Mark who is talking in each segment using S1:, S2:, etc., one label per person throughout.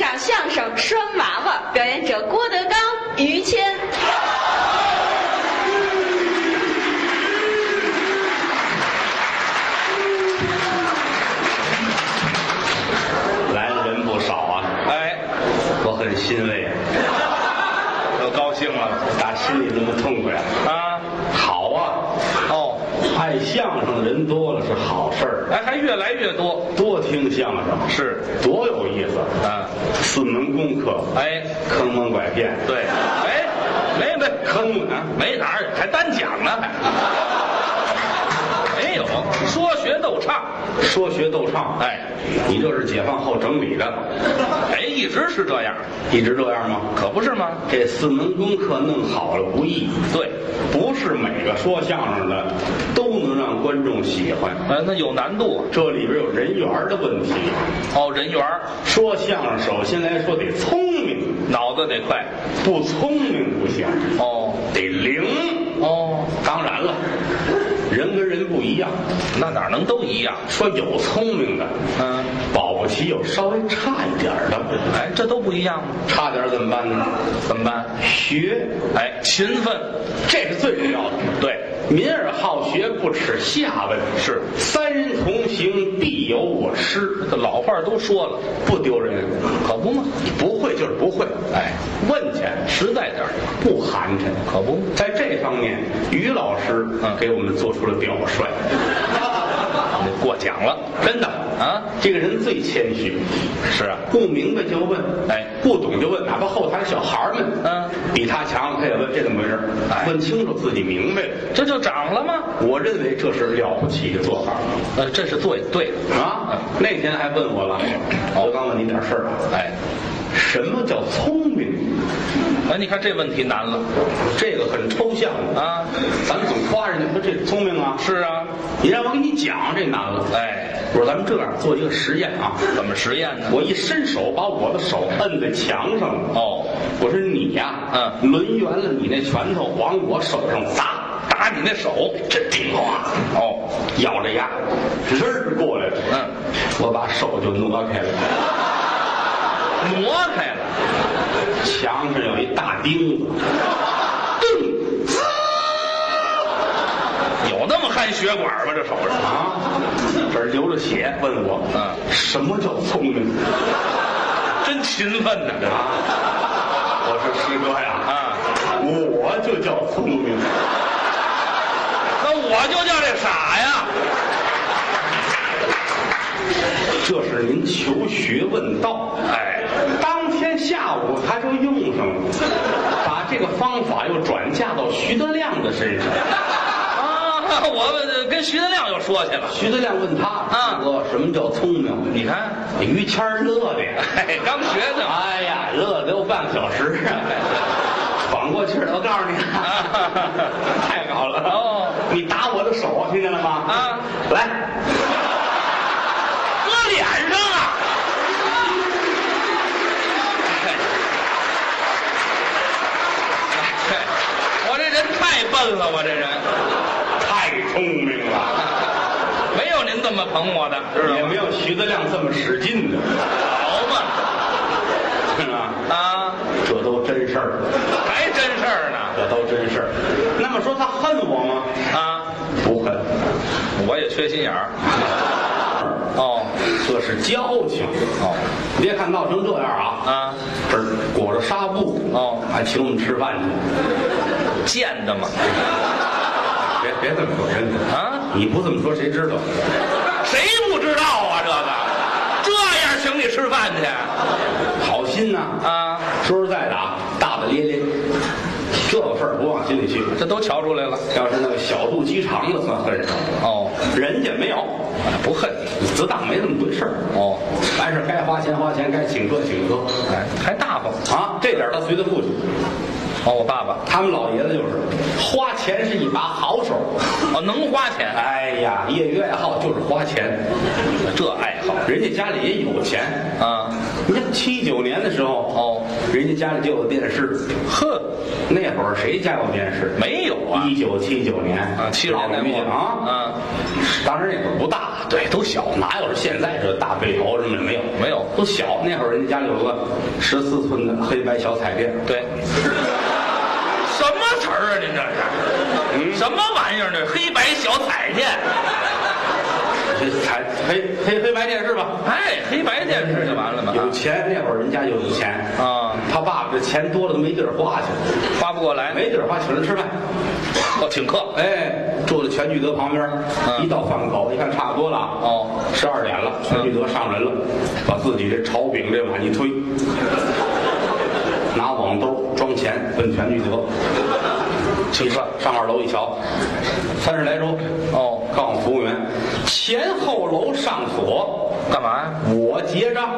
S1: 档相声《拴娃娃》，表演者郭德纲、于谦。
S2: 来的人不少啊，
S3: 哎，
S2: 我很欣慰，啊
S3: 又高兴了
S2: 打心里这么痛快啊。
S3: 啊！
S2: 好啊，
S3: 哦，
S2: 爱相声的人多了是好事儿，
S3: 哎，还越来越多
S2: 多听相声
S3: 是
S2: 多有意思。
S3: 啊！
S2: 四门功课，
S3: 哎，
S2: 坑蒙拐骗，
S3: 对，哎，没没
S2: 坑啊！
S3: 没哪儿，还单讲呢，没有说学逗唱，
S2: 说学逗唱，
S3: 哎，
S2: 你这是解放后整理的，
S3: 哎，一直是这样，
S2: 一直这样吗？
S3: 可不是吗？
S2: 这四门功课弄好了不易，
S3: 对，
S2: 不是每个说相声的都能让观众喜欢，
S3: 呃，那有难度
S2: 这里边有人缘儿的问题。
S3: 哦，人缘儿
S2: 说相声首先来说得聪明，
S3: 脑子得快
S2: 不聪明不行，
S3: 哦
S2: 得灵。
S3: 哦，
S2: 当然了，人跟人不一样，
S3: 那哪能都一样？
S2: 说有聪明的，
S3: 嗯，
S2: 保不齐有稍微差一点儿的，
S3: 哎，这都不一样吗？
S2: 差点儿怎么办呢？
S3: 怎么办？
S2: 学，
S3: 哎，勤奋，
S2: 这是最重要的。
S3: 对，
S2: 民而好学，不耻下问。
S3: 是
S2: 三人同行，必有我师。
S3: 这老话都说了，
S2: 不丢人，
S3: 可不嘛，
S2: 你不会就是不会，
S3: 哎，
S2: 问去，
S3: 实在点儿，
S2: 不寒碜。
S3: 可不，
S2: 在这方面，于老师
S3: 嗯
S2: 给我们做出了表率，
S3: 过奖了
S2: 真的
S3: 啊
S2: 这个人最谦虚，
S3: 是啊，
S2: 不明白就问，
S3: 哎
S2: 不懂就问，哪怕后台小孩儿们，
S3: 嗯，
S2: 比他强了他也问这怎么回事儿，
S3: 哎
S2: 问清楚自己明白了。
S3: 这就长了吗？
S2: 我认为这是了不起的做法
S3: 呃，这是做对的，
S2: 啊！那天还问我了，我刚问你点事儿啊，
S3: 哎，
S2: 什么叫聪明？
S3: 哎，你看这问题难了
S2: 这个很抽象啊，
S3: 啊，
S2: 咱们总夸人家说这聪明啊，
S3: 是啊，
S2: 你让我给你讲这难了。
S3: 哎，
S2: 我说咱们这样做一个实验啊，
S3: 怎么实验呢？
S2: 我一伸手把我的手摁在墙上了。
S3: 哦，
S2: 我说你呀、
S3: 嗯
S2: 抡圆了你那拳头往我手上砸，
S3: 打你那手，
S2: 这顶啊！
S3: 哦，
S2: 咬着牙，直儿过来了。
S3: 嗯，
S2: 我把手就挪开了，
S3: 挪开了，
S2: 墙上有一大钉子，咚
S3: 有那么焊血管吗？这手上
S2: 啊，这儿流着血，问我，
S3: 嗯
S2: 什么叫聪明
S3: 真勤奋呐，
S2: 啊？我说师哥呀，
S3: 这啊，
S2: 我就叫聪明。
S3: 那我就叫这傻呀，
S2: 这是您求学问道。
S3: 哎，
S2: 当天下午他就用上了，把这个方法又转嫁到徐德亮的身上。
S3: 啊，我跟徐德亮又说去了，
S2: 徐德亮问他：“
S3: 啊
S2: 大哥，什么叫聪明？”
S3: 你看，
S2: 于谦儿乐的呀，
S3: 哎，刚学的嘛，
S2: 哎呀，乐了有半个小时啊，缓过气儿来。我告诉你，啊 太好了
S3: 哦！
S2: 你打我的手，听见了吗？
S3: 啊，
S2: 来，
S3: 搁脸上啊！哎哎我这人太笨了，我这人
S2: 太聪明了。
S3: 没有您这么捧我的，知道
S2: 也
S3: 吗
S2: 没？有徐德亮这么使劲的，
S3: 好嘛，
S2: 是吧？
S3: 啊，
S2: 这都真事儿，
S3: 还真事儿呢
S2: 这都真事儿。那么说他恨我吗？
S3: 啊！
S2: 不恨，
S3: 我也缺心眼儿，哦
S2: 这是交情。
S3: 哦
S2: 你别看闹成这样啊，
S3: 啊，
S2: 这儿裹着纱布
S3: 哦
S2: 还请我们吃饭去。
S3: 贱的嘛
S2: 别别这么说，别这么说
S3: 啊！
S2: 你不这么说谁知道？
S3: 谁不知道啊？这个这样请你吃饭去
S2: 好心呐、
S3: 啊？
S2: 说实在的啊，大大咧咧，这个事儿不往心里去。
S3: 这都瞧出来了
S2: 要是那个小肚鸡肠的算恨上，
S3: 哦，
S2: 人家没有，
S3: 不恨你
S2: 自当没那么回事儿。
S3: 哦，
S2: 凡是该花钱花钱，该请客请客
S3: 哎，还大方
S2: 啊，这点儿他随他父亲。
S3: 哦，我爸爸
S2: 他们老爷子就是花钱是一把好手，
S3: 哦，能花钱，
S2: 哎呀，业余爱好就是花钱，
S3: 这爱好
S2: 人家家里也有钱。
S3: 啊，
S2: 你看七九年的时候，
S3: 哦，
S2: 人家家里就有电视，
S3: 呵，
S2: 那会儿谁家有电视？
S3: 没有啊
S2: 一九七九年
S3: 啊，七十
S2: 老
S3: 年代
S2: 年
S3: 末
S2: 啊，
S3: 啊，
S2: 当时那会儿不大，
S3: 对，都小
S2: 哪有现在这大背头什么的没有？
S3: 没有
S2: 都小。那会儿人家家里有个十四寸的黑白小彩电，
S3: 对， 什么词儿啊？您这
S2: 嗯
S3: 是、什么玩意儿？这黑白小彩电，
S2: 这彩黑黑黑白电视吧。
S3: 哎，黑白电视就完了吗？
S2: 有钱那会儿人家就有钱
S3: 啊
S2: 他爸爸这钱多了都没地儿花去，
S3: 花不过来，
S2: 没地儿花请人吃饭，
S3: 哦，请客，
S2: 哎，住在全聚德旁边，
S3: 嗯
S2: 一到饭口一看差不多了，
S3: 哦，
S2: 十二点了，全聚德上人了，把自己这炒饼这碗一推，拿网兜装钱奔全聚德，
S3: 请客，
S2: 上二楼一瞧，三十来桌，
S3: 哦，
S2: 告诉服务员，前后楼上锁，
S3: 干嘛呀？
S2: 我结账。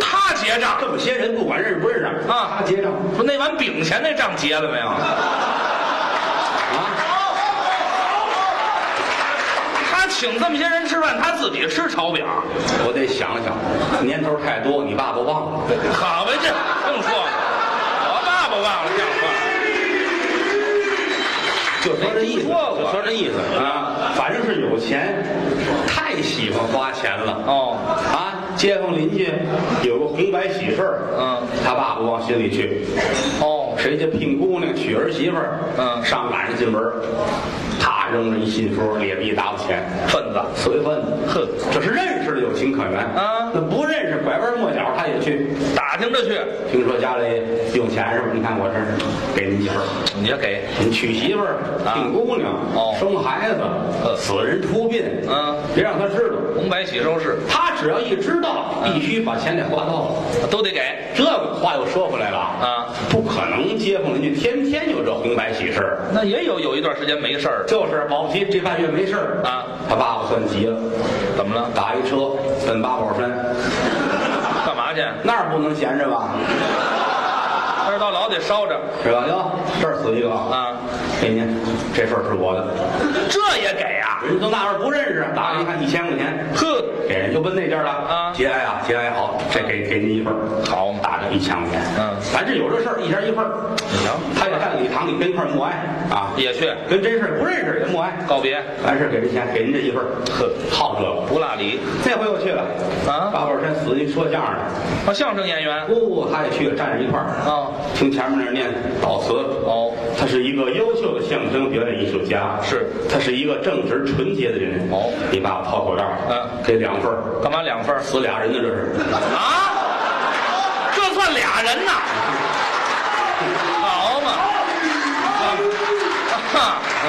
S3: 他结账，
S2: 这么些人不管认识不认识
S3: 啊
S2: 他结账
S3: 不那碗饼钱那账结了没有？
S2: 啊，
S3: 他请这么些人吃饭，他自己吃炒饼，
S2: 我得想想，年头太多，你爸爸忘了。
S3: 好吧，这更说了，我爸爸忘了像话。
S2: 就说这意思，
S3: 没听说过
S2: 就说这意思啊，反正是有钱，太喜欢花钱了
S3: 哦，
S2: 啊！街坊邻居有个红白喜事儿，
S3: 嗯，
S2: 他爸爸往心里去，
S3: 哦，
S2: 谁家聘姑娘娶儿媳妇儿，
S3: 嗯
S2: 上赶上进门儿，他扔了一信封，里边一沓子钱，
S3: 份子，
S2: 随份子，
S3: 哼，
S2: 这是认识的有情可原
S3: 啊
S2: 那不认识拐弯抹角他也去。
S3: 打听着去，
S2: 听说家里有钱是吧？你看我这儿给您几份儿。
S3: 你也给，
S2: 你娶媳妇儿、
S3: 啊
S2: 聘姑娘、
S3: 哦
S2: 生孩子、
S3: 嗯
S2: 死人出殡，
S3: 嗯
S2: 别让他知道。
S3: 红白喜寿事
S2: 他只要一知道，必须把钱给花到了。
S3: 都得给，
S2: 这个话又说回来了
S3: 啊，
S2: 不可能街坊邻居天天有这红白喜事儿。
S3: 那也有有一段时间没事儿，
S2: 就是保不齐这半月没事儿
S3: 啊，
S2: 他爸爸算急了，
S3: 怎么了？
S2: 打一车奔八宝山，
S3: 干嘛去？
S2: 那儿不能闲着吧，
S3: 但是到老得烧着
S2: 是吧？哟，这儿死一个，
S3: 啊，
S2: 给您，这份儿是我的。
S3: 这也给啊？
S2: 人家都那会儿不认识，打开一看一千块钱，
S3: 呵，
S2: 给人就奔那家了
S3: 啊
S2: 节哀啊，节哀好，这给给您一份儿
S3: 好
S2: 打着一千块钱，
S3: 嗯
S2: 咱这有这事儿，一人一份儿
S3: 行
S2: 他也站礼堂里跟一块儿默哀啊，
S3: 也去
S2: 跟真事儿不认识也默哀，
S3: 告别，
S2: 完事儿给这钱，给您这一份儿
S3: 呵，
S2: 好这个。
S3: 不落礼
S2: 那回我去了
S3: 啊
S2: 八宝山死一说相声的，
S3: 啊，相声演员
S2: 哦，他也去了，站着一块儿
S3: 啊，
S2: 听前面那人念悼词
S3: 哦，
S2: 他是一个优秀的相声表演艺术家，
S3: 是，
S2: 他是一个正直纯洁的人。
S3: 哦，
S2: 你爸爸掏口袋儿，
S3: 嗯
S2: 给两份儿，
S3: 干嘛两份儿？
S2: 死俩人呢，这是。
S3: 啊，这算俩人呐？好嘛，啊，啊
S2: 啊，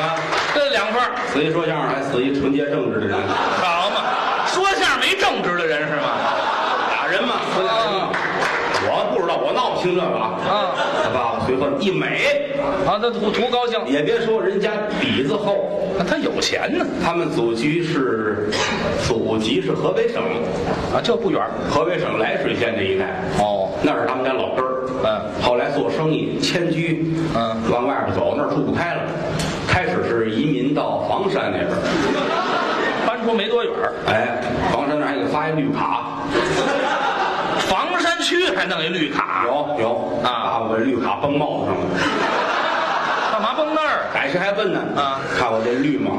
S3: 这两份儿
S2: 死一说相声还死一纯洁正直的人，
S3: 好嘛，说相声没正直的人是吗？
S2: 俩人嘛，死俩人嘛。我不知道，我闹不清这个啊。
S3: 啊
S2: 他爸爸随后一美，
S3: 啊，他图图高兴，啊
S2: 也别说人家底子厚，
S3: 他有钱呢，
S2: 他们祖居是祖籍是河北省，
S3: 啊，这不远儿
S2: 河北省涞水县这一带。
S3: 哦，
S2: 那是他们家老根儿。
S3: 嗯，
S2: 后来做生意迁居，
S3: 嗯，
S2: 往外边走，那儿住不开了。开始是移民到房山那边儿，
S3: 搬出没多远儿
S2: 哎，房山那儿还给发一绿卡，
S3: 房山区还弄一绿卡，
S2: 有有
S3: 啊
S2: 爸爸把绿卡崩帽子上了，
S3: 干嘛蹦那儿？
S2: 改谁还问呢？
S3: 啊，
S2: 看我这绿吗？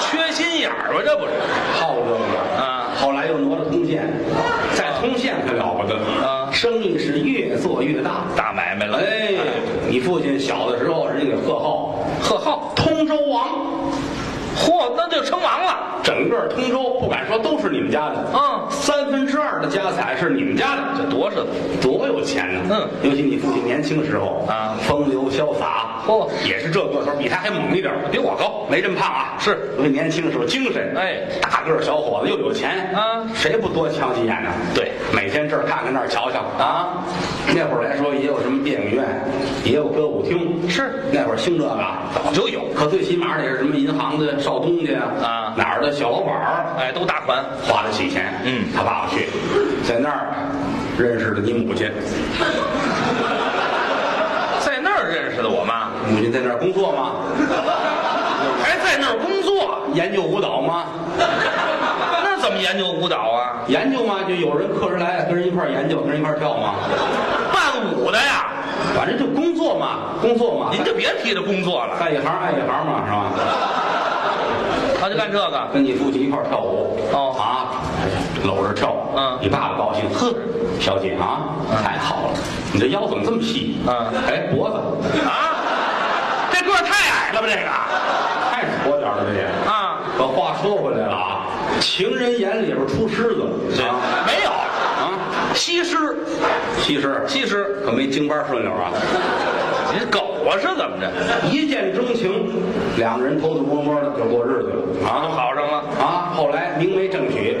S3: 缺心眼儿吧，这不是？
S2: 好这个
S3: 啊
S2: 后来又挪到通县，在通县可了不得
S3: 啊
S2: 生意是越做越大。
S3: 大买卖了，啊
S2: 哎，你父亲小的时候，人家给贺号
S3: 贺号，
S2: 通州王。
S3: 嚯，那就称王了，
S2: 整个通州不敢说都是你们家的，
S3: 嗯
S2: 三分之二的家财是你们家的，
S3: 这多少？
S2: 多有钱呢、
S3: 嗯
S2: 尤其你父亲年轻时候
S3: 啊
S2: 风流潇洒，
S3: 嚯
S2: 也是这个头，比他还猛一点，
S3: 比我高，
S2: 没这么胖啊。
S3: 是，
S2: 尤其年轻时候精神，
S3: 哎
S2: 大个儿小伙子又有钱
S3: 啊
S2: 谁不多瞧几眼呢？
S3: 对，
S2: 每天这儿看看那儿瞧瞧啊。那会儿来说，也有什么电影院，也有歌舞厅，
S3: 是
S2: 那会儿兴这个啊
S3: 早就有，
S2: 可最起码得是什么银行的少东家
S3: 啊
S2: 哪儿的小老板儿，
S3: 哎，都大款，
S2: 花得起钱。
S3: 嗯
S2: 他爸爸去，在那儿认识的你母亲，
S3: 在那儿认识的我妈，
S2: 母亲在那儿工作吗？
S3: 还哎在那儿工作，
S2: 研究舞蹈吗？
S3: 那怎么研究舞蹈啊？
S2: 研究吗？就有人客人来了，跟人一块儿研究，跟人一块儿跳吗？
S3: 伴舞的呀，
S2: 反正就工作嘛，工作嘛。
S3: 您就别提这工作了，
S2: 干一行爱一行嘛，是吧？
S3: 他就干这个。啊
S2: 跟你父亲一块儿跳舞，
S3: 哦
S2: 啊，搂着跳，
S3: 嗯
S2: 你爸爸高兴，呵，小姐啊，太好了，你这腰怎么这么细？
S3: 嗯
S2: 哎，脖子
S3: 啊，这个儿太矮了吧？这个
S2: 啊太矬点儿了，这也。
S3: 啊，
S2: 把话说回来了啊，情人眼里边出狮子啊
S3: 没有
S2: 啊，
S3: 西施，
S2: 西施
S3: 西施，
S2: 可没京班顺溜啊，
S3: 你是狗啊是怎么着？
S2: 一见钟情，两个人偷偷摸摸的就过日子了
S3: 啊，都
S2: 啊。
S3: 好上了，
S2: 啊，后来明媒正娶，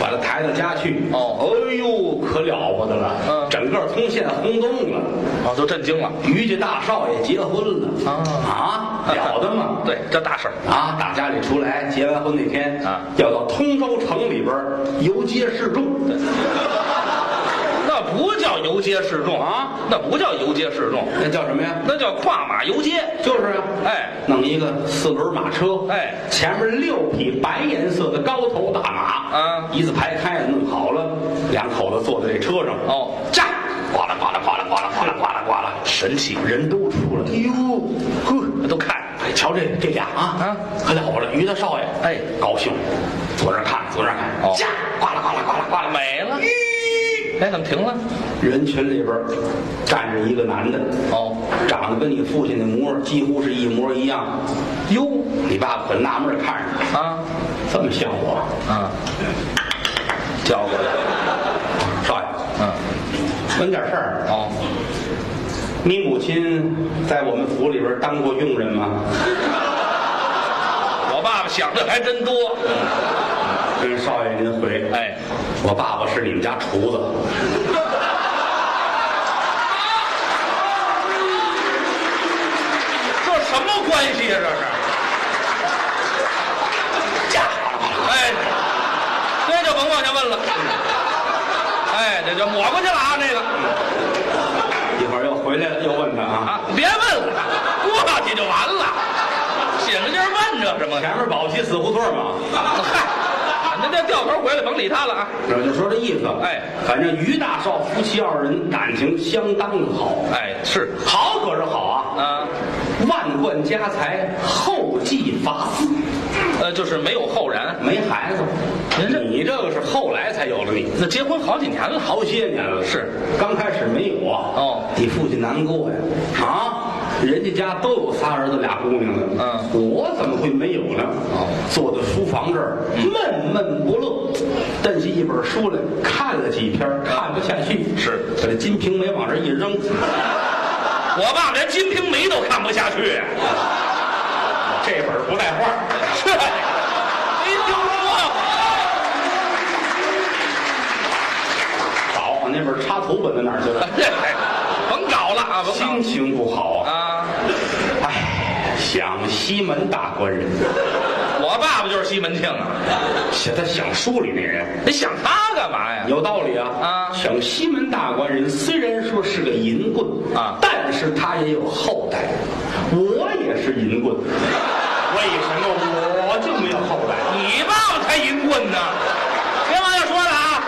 S2: 把他抬到家去。
S3: 哦，
S2: 哎呦，可了不得了，
S3: 嗯
S2: 整个通县轰动了，
S3: 啊，都震惊了
S2: 于家大少爷结婚了
S3: 啊！
S2: 啊，了得嘛
S3: 对，这大事儿
S2: 啊，打家里出来，结完婚那天
S3: 啊
S2: 要到通州城里边儿游街示众。
S3: 那不叫游街示众
S2: 啊，
S3: 那不叫游街示众，
S2: 那叫什么呀？
S3: 那叫跨马游街。
S2: 就是啊，
S3: 哎，
S2: 弄一个四轮马车，
S3: 哎
S2: 前面六匹白颜色的高头大马，
S3: 啊
S2: 一字排开弄好了，两口子坐在这车上，
S3: 哦，
S2: 站，呱啦呱啦呱啦呱啦呱啦呱啦呱啦，
S3: 神奇，
S2: 人都出来了，哎呦，呵，
S3: 都看
S2: 哎，瞧这这俩啊，
S3: 啊
S2: 可了不得，于大少爷，
S3: 哎
S2: 高兴，坐那儿看，坐那儿看，
S3: 哦
S2: 驾，呱啦呱啦呱啦呱啦，
S3: 没了。
S2: 咦
S3: 哎，怎么停了？
S2: 人群里边站着一个男的，
S3: 哦，
S2: 长得跟你父亲的模样几乎是一模一样，
S3: 哟
S2: 你爸爸很纳闷儿看着他，
S3: 啊
S2: 这么像我，
S3: 啊，叫过来，
S2: 少爷，
S3: 嗯，
S2: 问点事儿，
S3: 哦，
S2: 你母亲在我们府里边当过佣人吗？
S3: 我爸爸想的还真多。
S2: 跟少爷您回，
S3: 哎，
S2: 我爸爸是你们家厨子。
S3: 这什么关系呀、啊这是？哎，这就甭往下问了。哎，这就抹过去了啊，这个
S2: 一会儿又回来了，又问他啊，
S3: 啊，别问了，过去就完了。显个劲儿问这什么？
S2: 前面保不齐死胡同嘛，
S3: 嗨，那这掉头回来，甭理他了啊。
S2: 我就说这意思。
S3: 哎，
S2: 反正于大少夫妻二人感情相当的好，
S3: 哎，是
S2: 好可是好啊，
S3: 啊，
S2: 万贯家财后继乏嗣，
S3: 呃，就是没有后然。
S2: 没孩子。
S3: 您这
S2: 你这个是后来才有了你。
S3: 那结婚好几年了，
S2: 好些年了，
S3: 是
S2: 刚开始没有啊。
S3: 哦
S2: 你父亲难过呀，啊，人家家都有仨儿子俩姑娘的，
S3: 嗯
S2: 我怎么会没有呢？
S3: 哦，
S2: 坐在书房这儿闷闷不乐，瞪起一本书来看了几篇，看不下去，
S3: 是
S2: 把这《金瓶梅》往这一扔，
S3: 我爸连《金瓶梅》都看不下去。
S2: 这本儿不带 画。
S3: 是，没听说
S2: 好，我那本插图本在哪儿去了？
S3: 过。哎甭搞了啊，甭搞
S2: 心情不好啊，
S3: 啊！
S2: 哎，想西门大官人，
S3: 我爸爸就是西门庆啊！
S2: 想他想书里那人。
S3: 你想他干嘛呀？
S2: 有道理啊！
S3: 啊
S2: 想西门大官人虽然说是个淫棍
S3: 啊
S2: 但是他也有后代。我也是淫棍，为什么我就没有后代？
S3: 你爸爸才淫棍呢！别往下说了啊！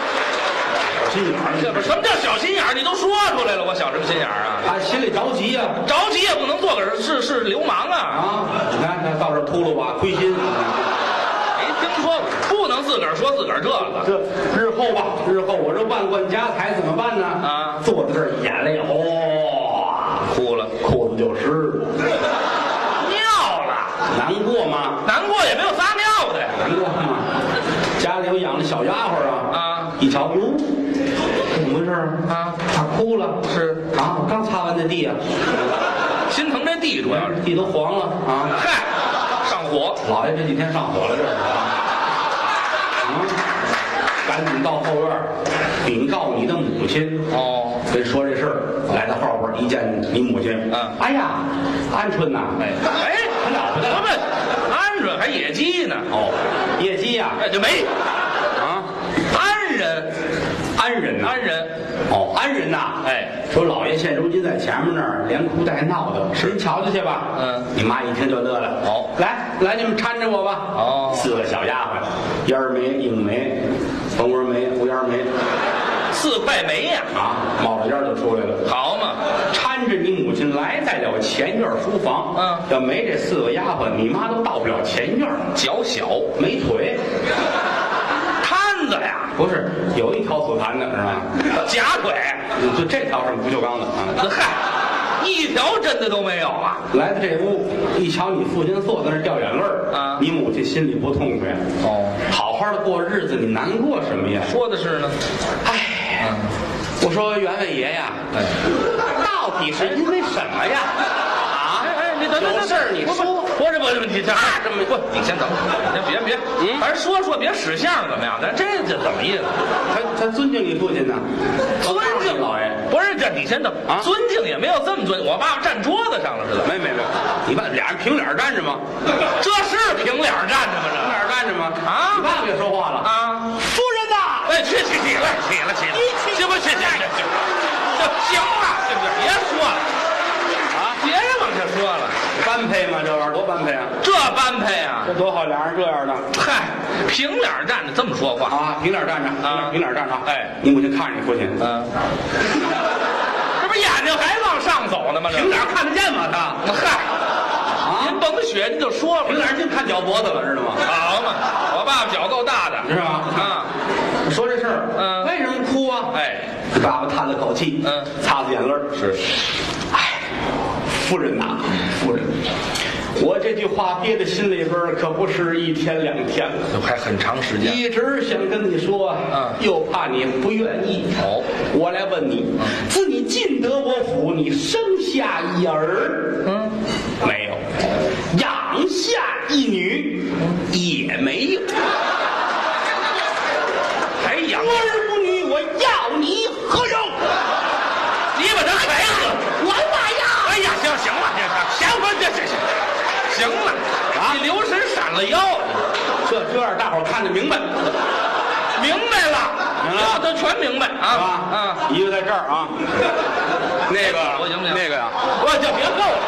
S2: 小心眼儿，
S3: 这不什么叫小心眼儿？你都说出来了，我小什么心眼儿啊？
S2: 他心里着急呀、
S3: 着急也不能做个人是是流氓
S2: 啊！
S3: 啊！
S2: 你看他到这儿秃噜吧，亏心。啊
S3: 没听说过，不能自个儿说自个儿这个。
S2: 这日后吧，日后我这万贯家财怎么办呢？
S3: 啊
S2: 坐在这儿眼泪哗，
S3: 哭了，
S2: 裤子就啊湿了，
S3: 尿了，
S2: 难过吗？
S3: 难过也没有撒尿的呀。
S2: 难过吗？家里有养的小丫鬟啊，
S3: 啊
S2: 一瞧，哟，怎么回事儿
S3: 啊？
S2: 她哭了
S3: 是
S2: 啊，我刚擦完的地啊，
S3: 心疼这地主要是，
S2: 地都黄了啊。
S3: 嗨，上火。
S2: 老爷这几天上火了，这是啊，啊，赶紧到后院儿禀告你的母亲。
S3: 哦，
S2: 跟说这事儿，来到后边儿一见你母亲，
S3: 嗯
S2: 哎呀，鹌鹑呐，
S3: 哎哎，老婆们，安人还野鸡呢？
S2: 哦，野鸡呀，
S3: 哎，这没
S2: 啊，
S3: 安人，
S2: 安人呐，
S3: 安人，
S2: 哦，安人呐，
S3: 哎，
S2: 说老爷现如今在前面那儿连哭带闹的，您瞧瞧去吧。
S3: 嗯
S2: 你妈一听就乐了。
S3: 哦
S2: 来来，你们搀着我吧。
S3: 哦
S2: 四个小丫鬟，烟儿梅、影梅、蜂窝梅、无烟梅
S3: 四块煤呀、
S2: 啊，冒着烟儿就出来了。
S3: 好嘛，
S2: 搀着你母亲来在了前院书房。
S3: 嗯
S2: 要没这四个丫鬟，你妈都到不了前院儿，
S3: 脚小，
S2: 没腿。
S3: 摊子呀，
S2: 不是有一条吐痰的是吧？
S3: 假腿，
S2: 你就这条是不锈钢的啊。
S3: 嗨，一条真的都没有啊！
S2: 来到这屋，一瞧你父亲坐在那儿掉眼泪儿，
S3: 啊
S2: 你母亲心里不痛快。
S3: 哦，
S2: 好好的过日子，你难过什么呀？
S3: 说的是呢，
S2: 哎，我说袁伟爷呀，
S3: 哎
S2: 到底是因为什么呀？啊，
S3: 哎哎，你等等，
S2: 有事儿你说。
S3: 不是不是你这这么不，你先等，你先别别，
S2: 嗯
S3: 咱说说别使相怎么样？咱这这怎么意思？
S2: 他他尊敬你父亲呢，
S3: 尊敬
S2: 老爷。
S3: 不是这，你先等
S2: 啊
S3: 尊敬也没有这么尊，我爸爸站桌子上了是怎么？
S2: 没没没，你爸俩人平脸站着吗？
S3: 这是平脸站着
S2: 平脸
S3: 吗？
S2: 站着吗？
S3: 啊
S2: 你爸爸也说话了
S3: 这。啊！
S2: 夫人呐，
S3: 哎，去去起来起来起来，行不行？行行行，这行了，行行，别说了啊，别往下说了，
S2: 般配吗？这玩意儿多般配啊！
S3: 这般配啊！
S2: 这多好，俩人这样的
S3: 嗨，平脸站着这么说话，
S2: 啊，平脸站着
S3: 啊
S2: 平脸站着。
S3: 哎
S2: 你母亲看着你父亲，
S3: 嗯，这不是眼睛还往上走呢吗？这
S2: 平脸看得见吗？
S3: 啊
S2: 他
S3: 嗨，
S2: 啊
S3: 您，甭学，您就说吧
S2: 平，脸净看脚脖子了，知道吗？
S3: 好嘛，我爸爸脚够大的，
S2: 是吧？
S3: 啊，
S2: 说这事儿，
S3: 嗯
S2: 为什么哭啊？
S3: 哎，
S2: 爸爸叹了口气，
S3: 嗯
S2: 擦擦眼泪儿，
S3: 是，嗯
S2: 哎，夫人呐，夫人，我这句话憋在心里边儿可不是一天两天了。
S3: 还很长时间，
S2: 一直想跟你说，
S3: 哎
S2: 啊
S3: 嗯
S2: 又怕你不愿意。
S3: 哦嗯
S2: 我来问你，自你进得我府，你生下一儿，
S3: 嗯，
S2: 没有；养下一女，也没有。
S3: 还
S2: 养
S3: 养，
S2: 儿不女，我要你何用？
S3: 你把他孩子。
S2: 我爸呀！
S3: 哎呀，行行了，行行行，行行行，行了啊！你留神闪了腰，
S2: 这这样，大伙儿看得明白，
S3: 明白了，
S2: 明白了
S3: 都全明白啊
S2: 是吧？
S3: 啊！哎
S2: 一个在这儿啊，那个
S3: 我行不行
S2: 那个呀，
S3: 我就别够了，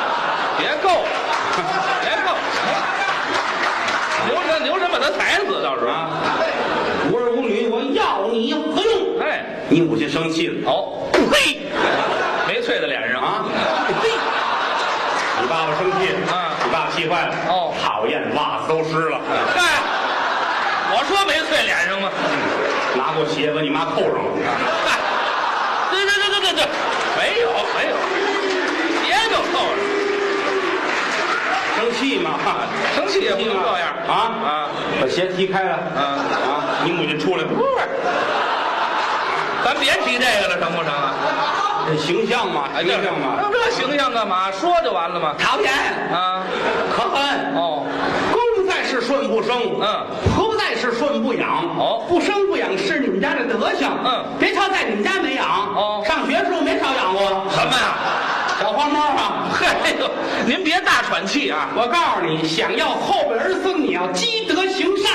S3: 别够了， 别够了，留神留神把他踩死，到时候
S2: 啊，无儿无女，我要你何用？
S3: 哎，
S2: 你母亲生气了。
S3: 好，
S2: 呸！
S3: 没啐在脸上啊！
S2: 啊！嘿，你爸爸生气了，
S3: 啊
S2: 你爸爸气坏了，
S3: 哦
S2: 讨厌，袜子都湿了，
S3: 嗨，哎我说没啐脸上吗？
S2: 拿过鞋把你妈扣上了，
S3: 嗨，对对对对对对，没有没有，别就够了。
S2: 生气 嘛，
S3: 生气也不能这样
S2: 啊
S3: 啊！
S2: 把鞋踢开了，
S3: 嗯
S2: 啊，你母亲出来了，
S3: 咱别提这个了，成不成啊？
S2: 这形象嘛，
S3: 哎，
S2: 形象嘛，
S3: 这形象干嘛？说就完了吗？
S2: 讨厌，
S3: 啊，
S2: 可恨，
S3: 哦，
S2: 公在是顺不生，
S3: 嗯，
S2: 婆在是顺不养，
S3: 哦
S2: 不生不养是你们家的德行，
S3: 嗯
S2: 别瞧在你们家没养，
S3: 哦
S2: 上学时候没少养过，
S3: 什么呀？
S2: 小花猫啊。
S3: 嘿哎呦，您别大喘气啊！
S2: 我告诉你，想要后辈儿孙，你要积德行善，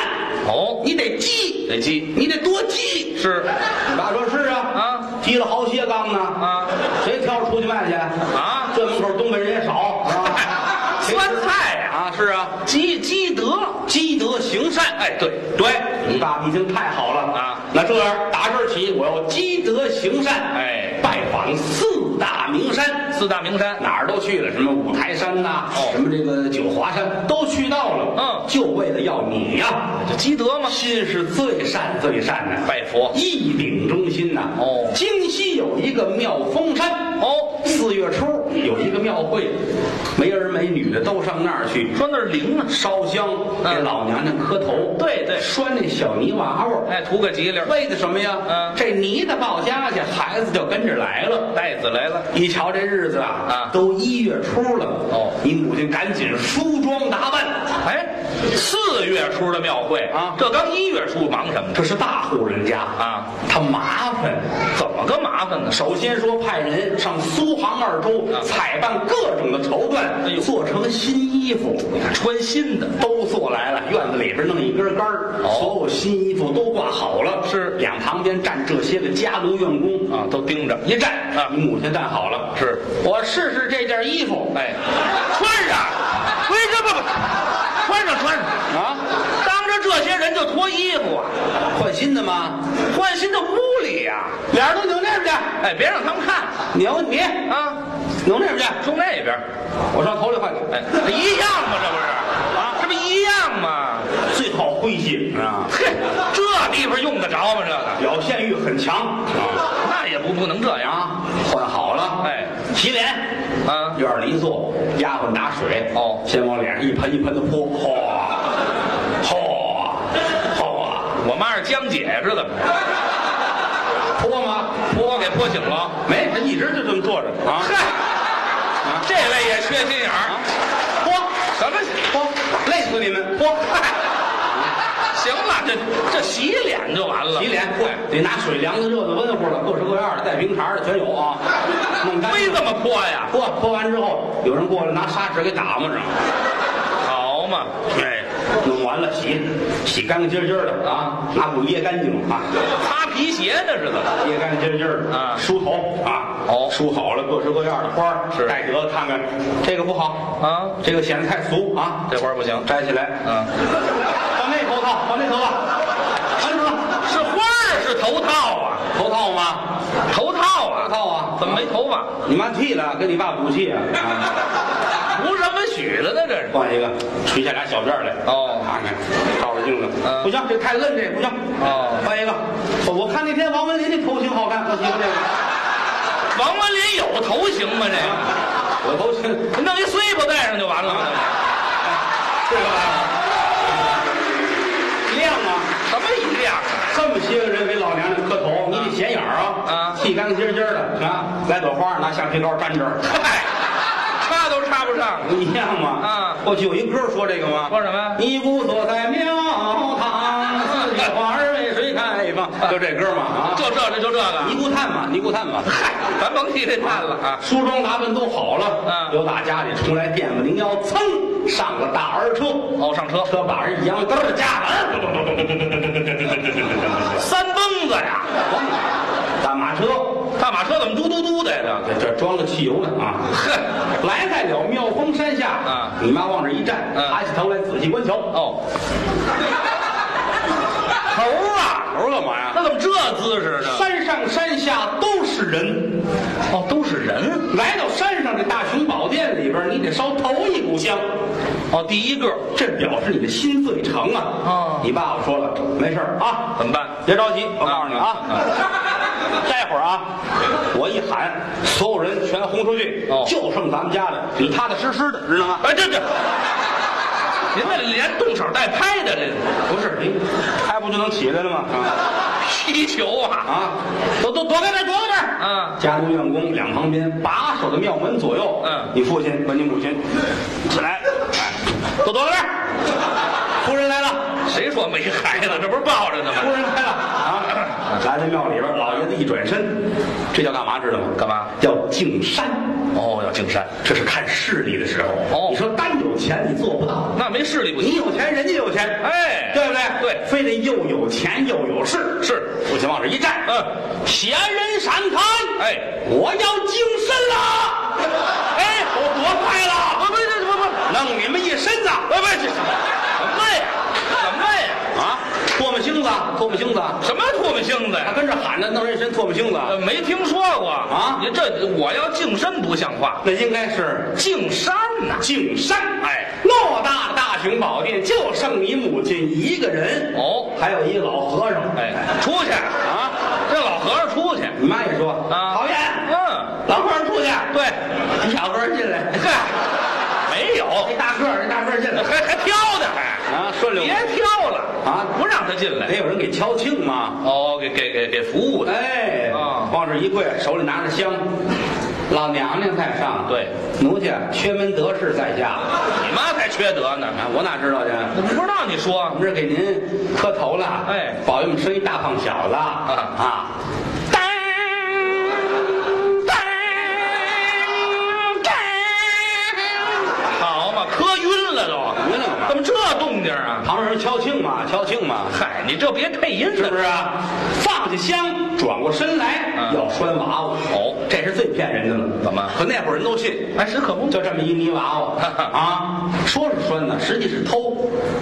S3: 哦，
S2: 你得积，
S3: 得积
S2: 你得多积。
S3: 是
S2: 你爸说是啊，
S3: 啊，
S2: 积了好些缸呢，
S3: 啊，
S2: 谁挑着出去卖去
S3: 啊
S2: 这门口东北人也少，是吧 谁
S3: 酸
S2: 吃
S3: 菜呀、
S2: 啊，是啊，
S3: 积积德，
S2: 积德行善。
S3: 哎，对，
S2: 对，你爸已经太好了
S3: 啊
S2: 那这样，打这儿起，我要积德行善，
S3: 哎
S2: 拜访四大名山，
S3: 四大名山，
S2: 哪儿都去了，什么五台山呐、
S3: 哦
S2: 什么这个九华山都去到了，
S3: 嗯
S2: 就为了要你呀、
S3: 这积德吗？
S2: 心是最善最善的，
S3: 拜佛
S2: 一顶中心呐、
S3: 哦
S2: 京西有一个妙峰山，
S3: 哦，
S2: 四月初有一个庙会，没儿没女的都上那儿去。
S3: 说那儿灵啊，
S2: 烧香
S3: 嗯
S2: 给老娘娘磕头，
S3: 对对
S2: 拴那小泥娃娃，
S3: 哎，图个吉利儿，
S2: 为的什么呀？
S3: 嗯
S2: 这泥的抱家去，孩子就跟着来了。
S3: 袋子来了，
S2: 一瞧这日子啊，
S3: 啊
S2: 都一月初了。
S3: 哦
S2: 你母亲赶紧梳妆打扮，
S3: 哎，四月初的庙会
S2: 啊
S3: 这刚一月初忙什么呢？
S2: 这是大户人家
S3: 啊，
S2: 他麻烦。
S3: 怎么个麻烦呢？
S2: 首先说派人上苏杭二州
S3: 啊
S2: 采办各种的绸缎，
S3: 哎呦
S2: 做成新衣服。
S3: 穿新的，
S2: 都做来了，院子里边弄一根杆儿，
S3: 哦
S2: 所有新衣服都挂好了。
S3: 是
S2: 两旁边站这些个家奴院工
S3: 啊，都盯着
S2: 一站
S3: 啊
S2: 你母亲站好了，
S3: 是
S2: 我试试这件衣服，
S3: 哎，穿上，不是这不不，穿上穿上
S2: 啊，
S3: 当着这些人就脱衣服啊，
S2: 换新的吗？
S3: 换新的屋里呀、
S2: 俩人都扭那边
S3: 哎，别让他们看
S2: 去，扭啊你
S3: 啊，
S2: 扭那边去，
S3: 冲那边，哎
S2: 我上头里换去。
S3: 哎，一样吗？这不是啊，这不一样吗？
S2: 最好诙谐，是吧？
S3: 嘿，这地方用得着吗？这个
S2: 表现欲很强啊
S3: 那也不不能这样
S2: 啊！换好了，
S3: 哎，
S2: 洗脸，
S3: 啊
S2: 院儿里一坐，丫鬟拿水，
S3: 哦
S2: 先往脸上一盆一盆的泼，哦嚯，哦嚯，嚯，
S3: 我妈是江姐，知道吗？
S2: 泼吗？
S3: 泼给泼醒了。
S2: 没，人一直就这么坐着啊，
S3: 嗨，这位也缺心眼儿，
S2: 泼
S3: 什么？
S2: 泼，累死你们，泼，
S3: 行了，这这洗脸就完了，
S2: 洗脸，
S3: 对，
S2: 得拿水凉的、热的、温乎的，各式各样的，带冰碴的全有啊，弄干净
S3: 非这么泼呀？
S2: 泼泼完之后，有人过来拿砂纸给打磨上，
S3: 好嘛，
S2: 哎，弄完了洗，洗干干净净的啊，拿布掖干净啊，
S3: 擦皮鞋呢是怎么？
S2: 掖干干净净的
S3: 啊
S2: 梳头啊，
S3: 哦
S2: 梳好了各式各样的花儿，
S3: 是
S2: 戴得看看这个不好，
S3: 啊，
S2: 这个显得太俗啊，
S3: 这花儿不行，
S2: 摘起来，
S3: 嗯，
S2: 换那头套，换那头套，换那头套，
S3: 是花儿是头套啊，
S2: 头套吗？
S3: 头套啊，
S2: 头套啊
S3: 怎么没头发？
S2: 你妈剃了，跟你爸赌气啊！啊
S3: 胡什么许的呢？这是
S2: 换一个，垂下俩小辫儿来，
S3: 哦
S2: 看看，照着镜子，
S3: 嗯
S2: 不行，这太嫩，这也不行，
S3: 哦
S2: 换一个。我我看那天王文林那头型好看，我喜欢这个，
S3: 王文林有头型吗？ 这
S2: 我头型
S3: 个弄一碎布戴上就完了吗？
S2: 对吧？亮啊！
S3: 什么一亮啊？
S2: 这么些个人给老娘娘磕头，你得显眼儿啊！
S3: 啊
S2: 剃干干净净的啊！来朵花，拿橡皮膏粘这儿，
S3: 嗨，插都插不上。
S2: 不一样吗？
S3: 啊
S2: 过去有一歌说这个吗？
S3: 说什么呀
S2: 尼姑坐在庙堂，四季花儿为谁开放？ 就这歌嘛啊！
S3: 就这这就这个，
S2: 尼姑探嘛，尼姑探嘛。嗨，
S3: 咱甭提这炭了啊！
S2: 梳妆打扮都好了，
S3: 啊
S2: 刘大家里出来垫个灵腰，噌上了大儿车，
S3: 哦，上车，
S2: 车把人一扬，嘚儿 加完，
S3: 三蹦子呀，
S2: 大马车，
S3: 大马车怎么嘟嘟嘟的呀？
S2: 这这装了汽油呢 啊！
S3: 这个，
S2: 来在了妙峰山下
S3: 啊
S2: 你妈往这一站，
S3: 嗯
S2: 抬起头来仔细观瞧，
S3: 哦，猴啊，
S2: 头干嘛呀？
S3: 那怎么这姿势呢？
S2: 山上山下都是人，
S3: 嗯哦，都是人。
S2: 来到山上这大雄宝殿里边，你得烧头一股香。
S3: 哦，第一个
S2: 这表示你的心最诚啊！
S3: 哦
S2: 你爸爸说了，没事儿啊，
S3: 怎么办？
S2: 别着急，我告诉你啊， 待会儿啊，我一喊，所有人全轰出去，
S3: 哦
S2: 就剩咱们家的，你踏踏实实的，知道 吗？
S3: 哎，这这，您这连动手带拍的这
S2: 不是，你还不就能起来了吗？啊
S3: 踢球啊
S2: 啊，都都躲开这儿，躲开这儿！
S3: 啊！
S2: 家奴院工两旁边把守着庙门左右，
S3: 嗯
S2: 你父亲和你母亲起来，哎都躲开这儿，夫人来了。
S3: 谁说没孩子？这不是抱着呢
S2: 夫
S3: 吗？
S2: 人来了 啊！来到庙里边，老爷子一转身，这叫干嘛？知道吗？
S3: 干嘛
S2: 叫敬山。
S3: 哦，要敬山，
S2: 这是看势力的时候。
S3: 哦
S2: 你说单有钱你做不到，
S3: 那没势力不
S2: 你
S3: 行。
S2: 有钱人家有钱，
S3: 哎
S2: 对不对？
S3: 对
S2: 非得又有钱又有势。
S3: 是
S2: 父亲往这一站，
S3: 嗯，
S2: 闲人闪开，
S3: 哎
S2: 我要敬身了， 哎，我多快了，
S3: 不不不不。
S2: 弄你们一身子
S3: 喂喂，这什么呀？什么呀？
S2: 啊！唾沫星子，啊唾沫星子，
S3: 什么唾沫星子
S2: 他
S3: 呀？
S2: 跟这喊着弄人一身唾沫星子。
S3: 呃，没听说过
S2: 啊
S3: 你这我要净身不像话，
S2: 那应该是
S3: 净山呐、
S2: 敬山，
S3: 哎
S2: 偌大的大雄宝殿就剩你母亲一个人，
S3: 哦，
S2: 还有一个老和尚，
S3: 哎，出去啊！这老和尚出去
S2: 你妈也说
S3: 啊！
S2: 讨厌，
S3: 嗯，
S2: 老和尚出去，
S3: 对，
S2: 一小和尚进来，
S3: 嗨， 没有，
S2: 这大个儿，这大个儿进 来，
S3: 还还挑呢，还
S2: 啊，顺溜
S3: 别挑了
S2: 啊
S3: 不让他进
S2: 得
S3: 来。
S2: 有人给敲磬嘛，
S3: 哦，给给给给服务的，
S2: 哎，
S3: 啊
S2: 往这一跪，手里拿着香，老娘娘在上，
S3: 对，
S2: 奴家缺门得势在下，啊，
S3: 你妈才缺德呢！
S2: 我哪知道 去？
S3: 我不知道你
S2: 我
S3: 说
S2: 们这给您磕头了，
S3: 哎
S2: 保佑我们生一大胖小子啊！当当当！
S3: 好嘛，磕晕了
S2: 晕了
S3: 都
S2: 吗，
S3: 怎么这动静啊？
S2: 旁边人敲磬嘛，敲磬嘛，
S3: 嗨，你这别配音
S2: 是
S3: 了
S2: 不，是啊？放下香，转过身来
S3: 嗯
S2: 要拴娃娃。
S3: 哦
S2: 这是最骗人的了。
S3: 怎么
S2: 可那会儿人都信，
S3: 哎，是可不，
S2: 就这么一泥娃娃啊，说是拴呢，实际是偷。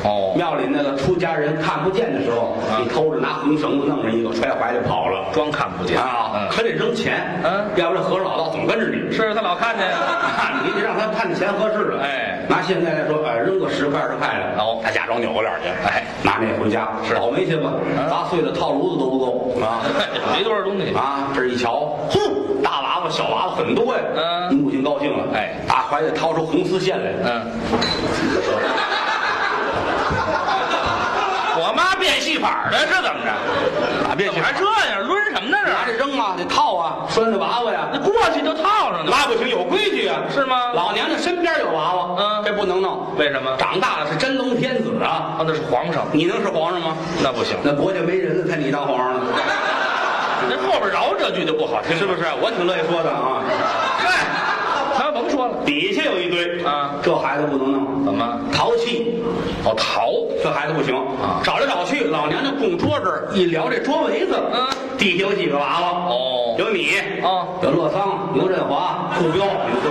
S3: 哦
S2: 庙里那个出家人看不见的时候，
S3: 啊
S2: 你偷着拿红绳子弄上一个，揣怀里跑了。
S3: 装看不见
S2: 啊，可得扔钱，
S3: 嗯
S2: 要不然和尚老道怎么跟着你？
S3: 是他老看见呀。
S2: 啊 你得让他看着钱合适了。
S3: 哎
S2: 拿现在来说，哎，扔个十块二十块的，
S3: 哦
S2: 他假装扭过脸去，
S3: 哎，
S2: 拿那回家
S3: 是嗯
S2: 倒霉去吧，砸碎了套炉子都不够 啊
S3: 没多少东西
S2: 啊！这一瞧，哼，大娃娃、小娃娃很多呀。
S3: 嗯
S2: 母亲高兴了，
S3: 哎
S2: 打怀里掏出红丝线来，
S3: 嗯， 我妈变戏法的，是怎么着？
S2: 打变戏法
S3: 还这样抡什么呢？
S2: 拿
S3: 这
S2: 着扔啊，得套啊，拴着娃娃呀。
S3: 那过去就套上了。
S2: 拉不行，有规矩啊，
S3: 是吗
S2: 老娘娘身边有娃娃，
S3: 嗯
S2: 这不能弄，
S3: 为什么
S2: 长大了是真龙天子啊，
S3: 啊，那是皇上，
S2: 你能是皇上吗？
S3: 那不行，
S2: 那国家没人了，才你当皇上呢，
S3: 那后边饶这句就不好听，
S2: 是不是？我挺乐意说的啊。
S3: 嗨，咱甭说了，
S2: 底下有一堆
S3: 啊
S2: 这孩子不能弄，
S3: 怎么？
S2: 淘气，
S3: 哦，逃，
S2: 这孩子不行
S3: 啊
S2: 找来找去，老娘娘供桌这儿一聊，这桌围子，
S3: 嗯，
S2: 底下有几个娃娃，
S3: 哦
S2: 有你，
S3: 哦
S2: 有乐桑、牛振华、顾彪，你就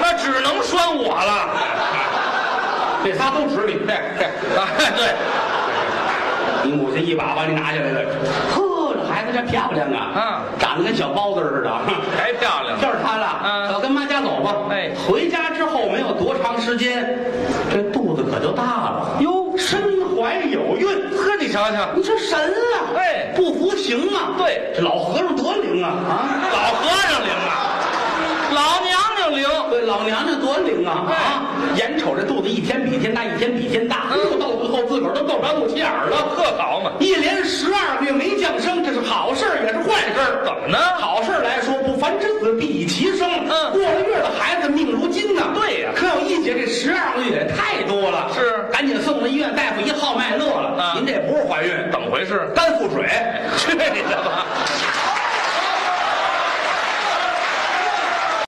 S3: 那只能拴我了。
S2: 啊 这仨都指你，这这。
S3: 哎，对，
S2: 你母亲一把把你拿下来了，呵，这孩子真漂亮啊！
S3: 嗯
S2: 长得跟小包子似的。
S3: 还漂亮。
S2: 就是他了，
S3: 嗯
S2: 走，跟妈家走吧。
S3: 哎
S2: 回家之后没有多长时间，这肚子可就大了哟，身怀有孕，
S3: 呵，你瞧瞧，
S2: 你这神啊！
S3: 哎
S2: 不服行啊！
S3: 对，
S2: 这老和尚多灵啊啊！
S3: 老和尚灵啊，老娘娘灵，
S2: 对，老娘娘多灵啊！
S3: 哎
S2: 啊，眼瞅着肚子一天比一天大，一天比一天大，
S3: 嗯
S2: 又到最后自个儿都够不着肚脐眼儿了。
S3: 呵，好嘛。
S2: 一连十二个月没降生，这是好事儿也是坏事儿。
S3: 怎么呢
S2: 好事儿来说，不凡之子必以其生。
S3: 嗯
S2: 过了月的孩子命如金呐。
S3: 对呀
S2: 可有一姐这十二个月也太多了。
S3: 是
S2: 赶紧送到医院，大夫一号脉乐了。
S3: 啊
S2: 您这不是怀孕，
S3: 怎么回事？
S2: 肝腹水。
S3: 去你的吧！